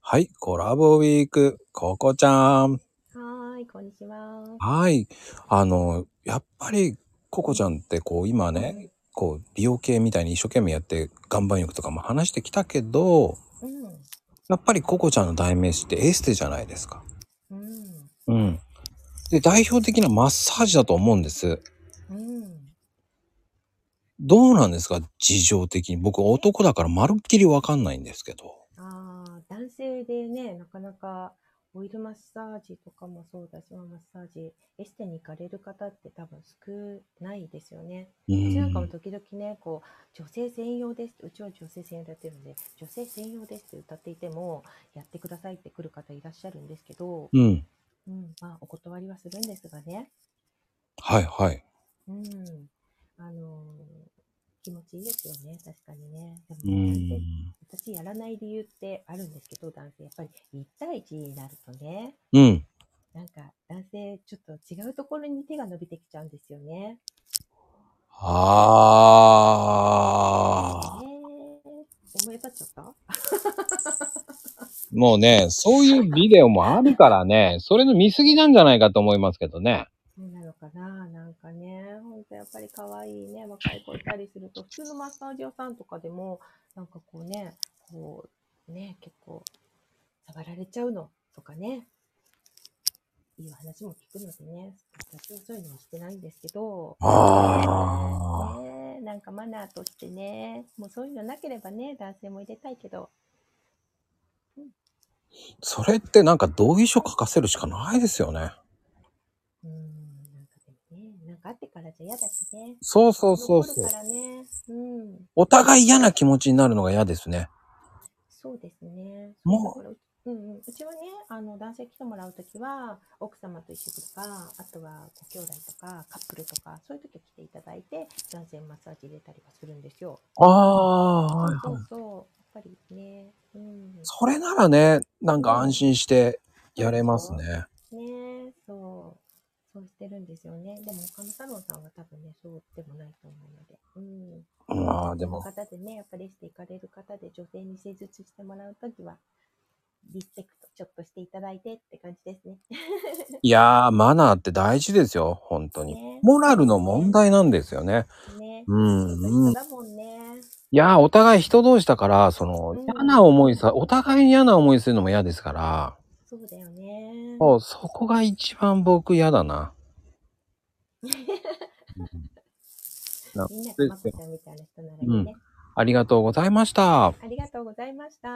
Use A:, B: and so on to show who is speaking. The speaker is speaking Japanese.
A: はい、コラボウィーク、ココちゃん。
B: はーい、こんにちは。
A: はい。あの、やっぱり、ココちゃんってこう、今ね、こう、美容系みたいに一生懸命やって、岩盤浴とかも話してきたけど、
B: うん。
A: やっぱりココちゃんの代名詞ってエステじゃないですか。
B: うん。
A: うん。で、代表的なマッサージだと思うんです。
B: うん。
A: どうなんですか事情的に。僕、男だからまるっきりわかんないんですけど。
B: ああ、男性でね、なかなかオイルマッサージとかもそうだし、マッサージ、エステに行かれる方って多分少ないですよね。
A: う
B: うちなんかも
A: ん。
B: 時々ね、こう、女性専用です。うちは女性専用でやってるので、女性専用ですって歌っていても、やってくださいって来る方いらっしゃるんですけど、
A: うん。
B: うん、まあ、お断りはするんですがね。
A: はいはい。
B: うん。あのー気持ちいいですよね、確かにね。で
A: う
B: も男性
A: ん。
B: 私やらない理由ってあるんですけど、男性。やっぱり1対1になるとね、
A: うん。
B: なんか男性ちょっと違うところに手が伸びてきちゃうんですよね。
A: ああ。
B: え思い当たっちゃった
A: もうね、そういうビデオもあるからね、それの見過ぎなんじゃないかと思いますけどね。
B: そうなのかななんかね、ほんとやっぱり可愛いね、若い子いたりすると、普通のマッサージ屋さんとかでも、なんかこうね、こう、ね、結構、触られちゃうのとかね、いう話も聞くのでね、私はそういうのはしてないんですけど、
A: ああ。
B: ねえ、なんかマナーとしてね、もうそういうのなければね、男性も入れたいけど、
A: それってなんか同意書書かせるしかないですよね。
B: うーん、なんかでもね、なんかあってからじゃ嫌だしね。
A: そうそうそうそう
B: 残る。からね、うん。
A: お互い嫌な気持ちになるのが嫌ですね。
B: そうですね。
A: もう
B: そうだからううんうん、うちはね、あの男性来てもらうときは、奥様と一緒とか、あとはご兄弟とか、カップルとか、そういうとき来ていただいて、男性マッサージ入れたりはするんですよ。
A: ああ、はい
B: そ。
A: はいう
B: そう、やっぱりね、うん。
A: それならね、なんか安心してやれますね。
B: ねそう。そうしてるんですよね。でも、他のサロンさんは多分ね、そうでもないと思うので。うん。
A: まあで
B: の
A: も、
B: 方でね、やっぱりしていかれる方で、女性に施術してもらうときは、リスペクトちょっとしていただいてって感じですね。
A: いやー、マナーって大事ですよ、本当に。
B: ね
A: モラルの問題なんですよね。
B: ね。
A: うんうん
B: 人だもんね。
A: いやー、お互い人同士だから、その、
B: うん
A: 嫌な思いさ、お互いに嫌な思いするのも嫌ですから、
B: そうだよね。
A: そうそこが一番僕嫌だな。うんな
B: みんな
A: そうで
B: がマ
A: すよ
B: コちゃんみたいな人ならいいね。
A: ありがとうございました。
B: ありがとうございました。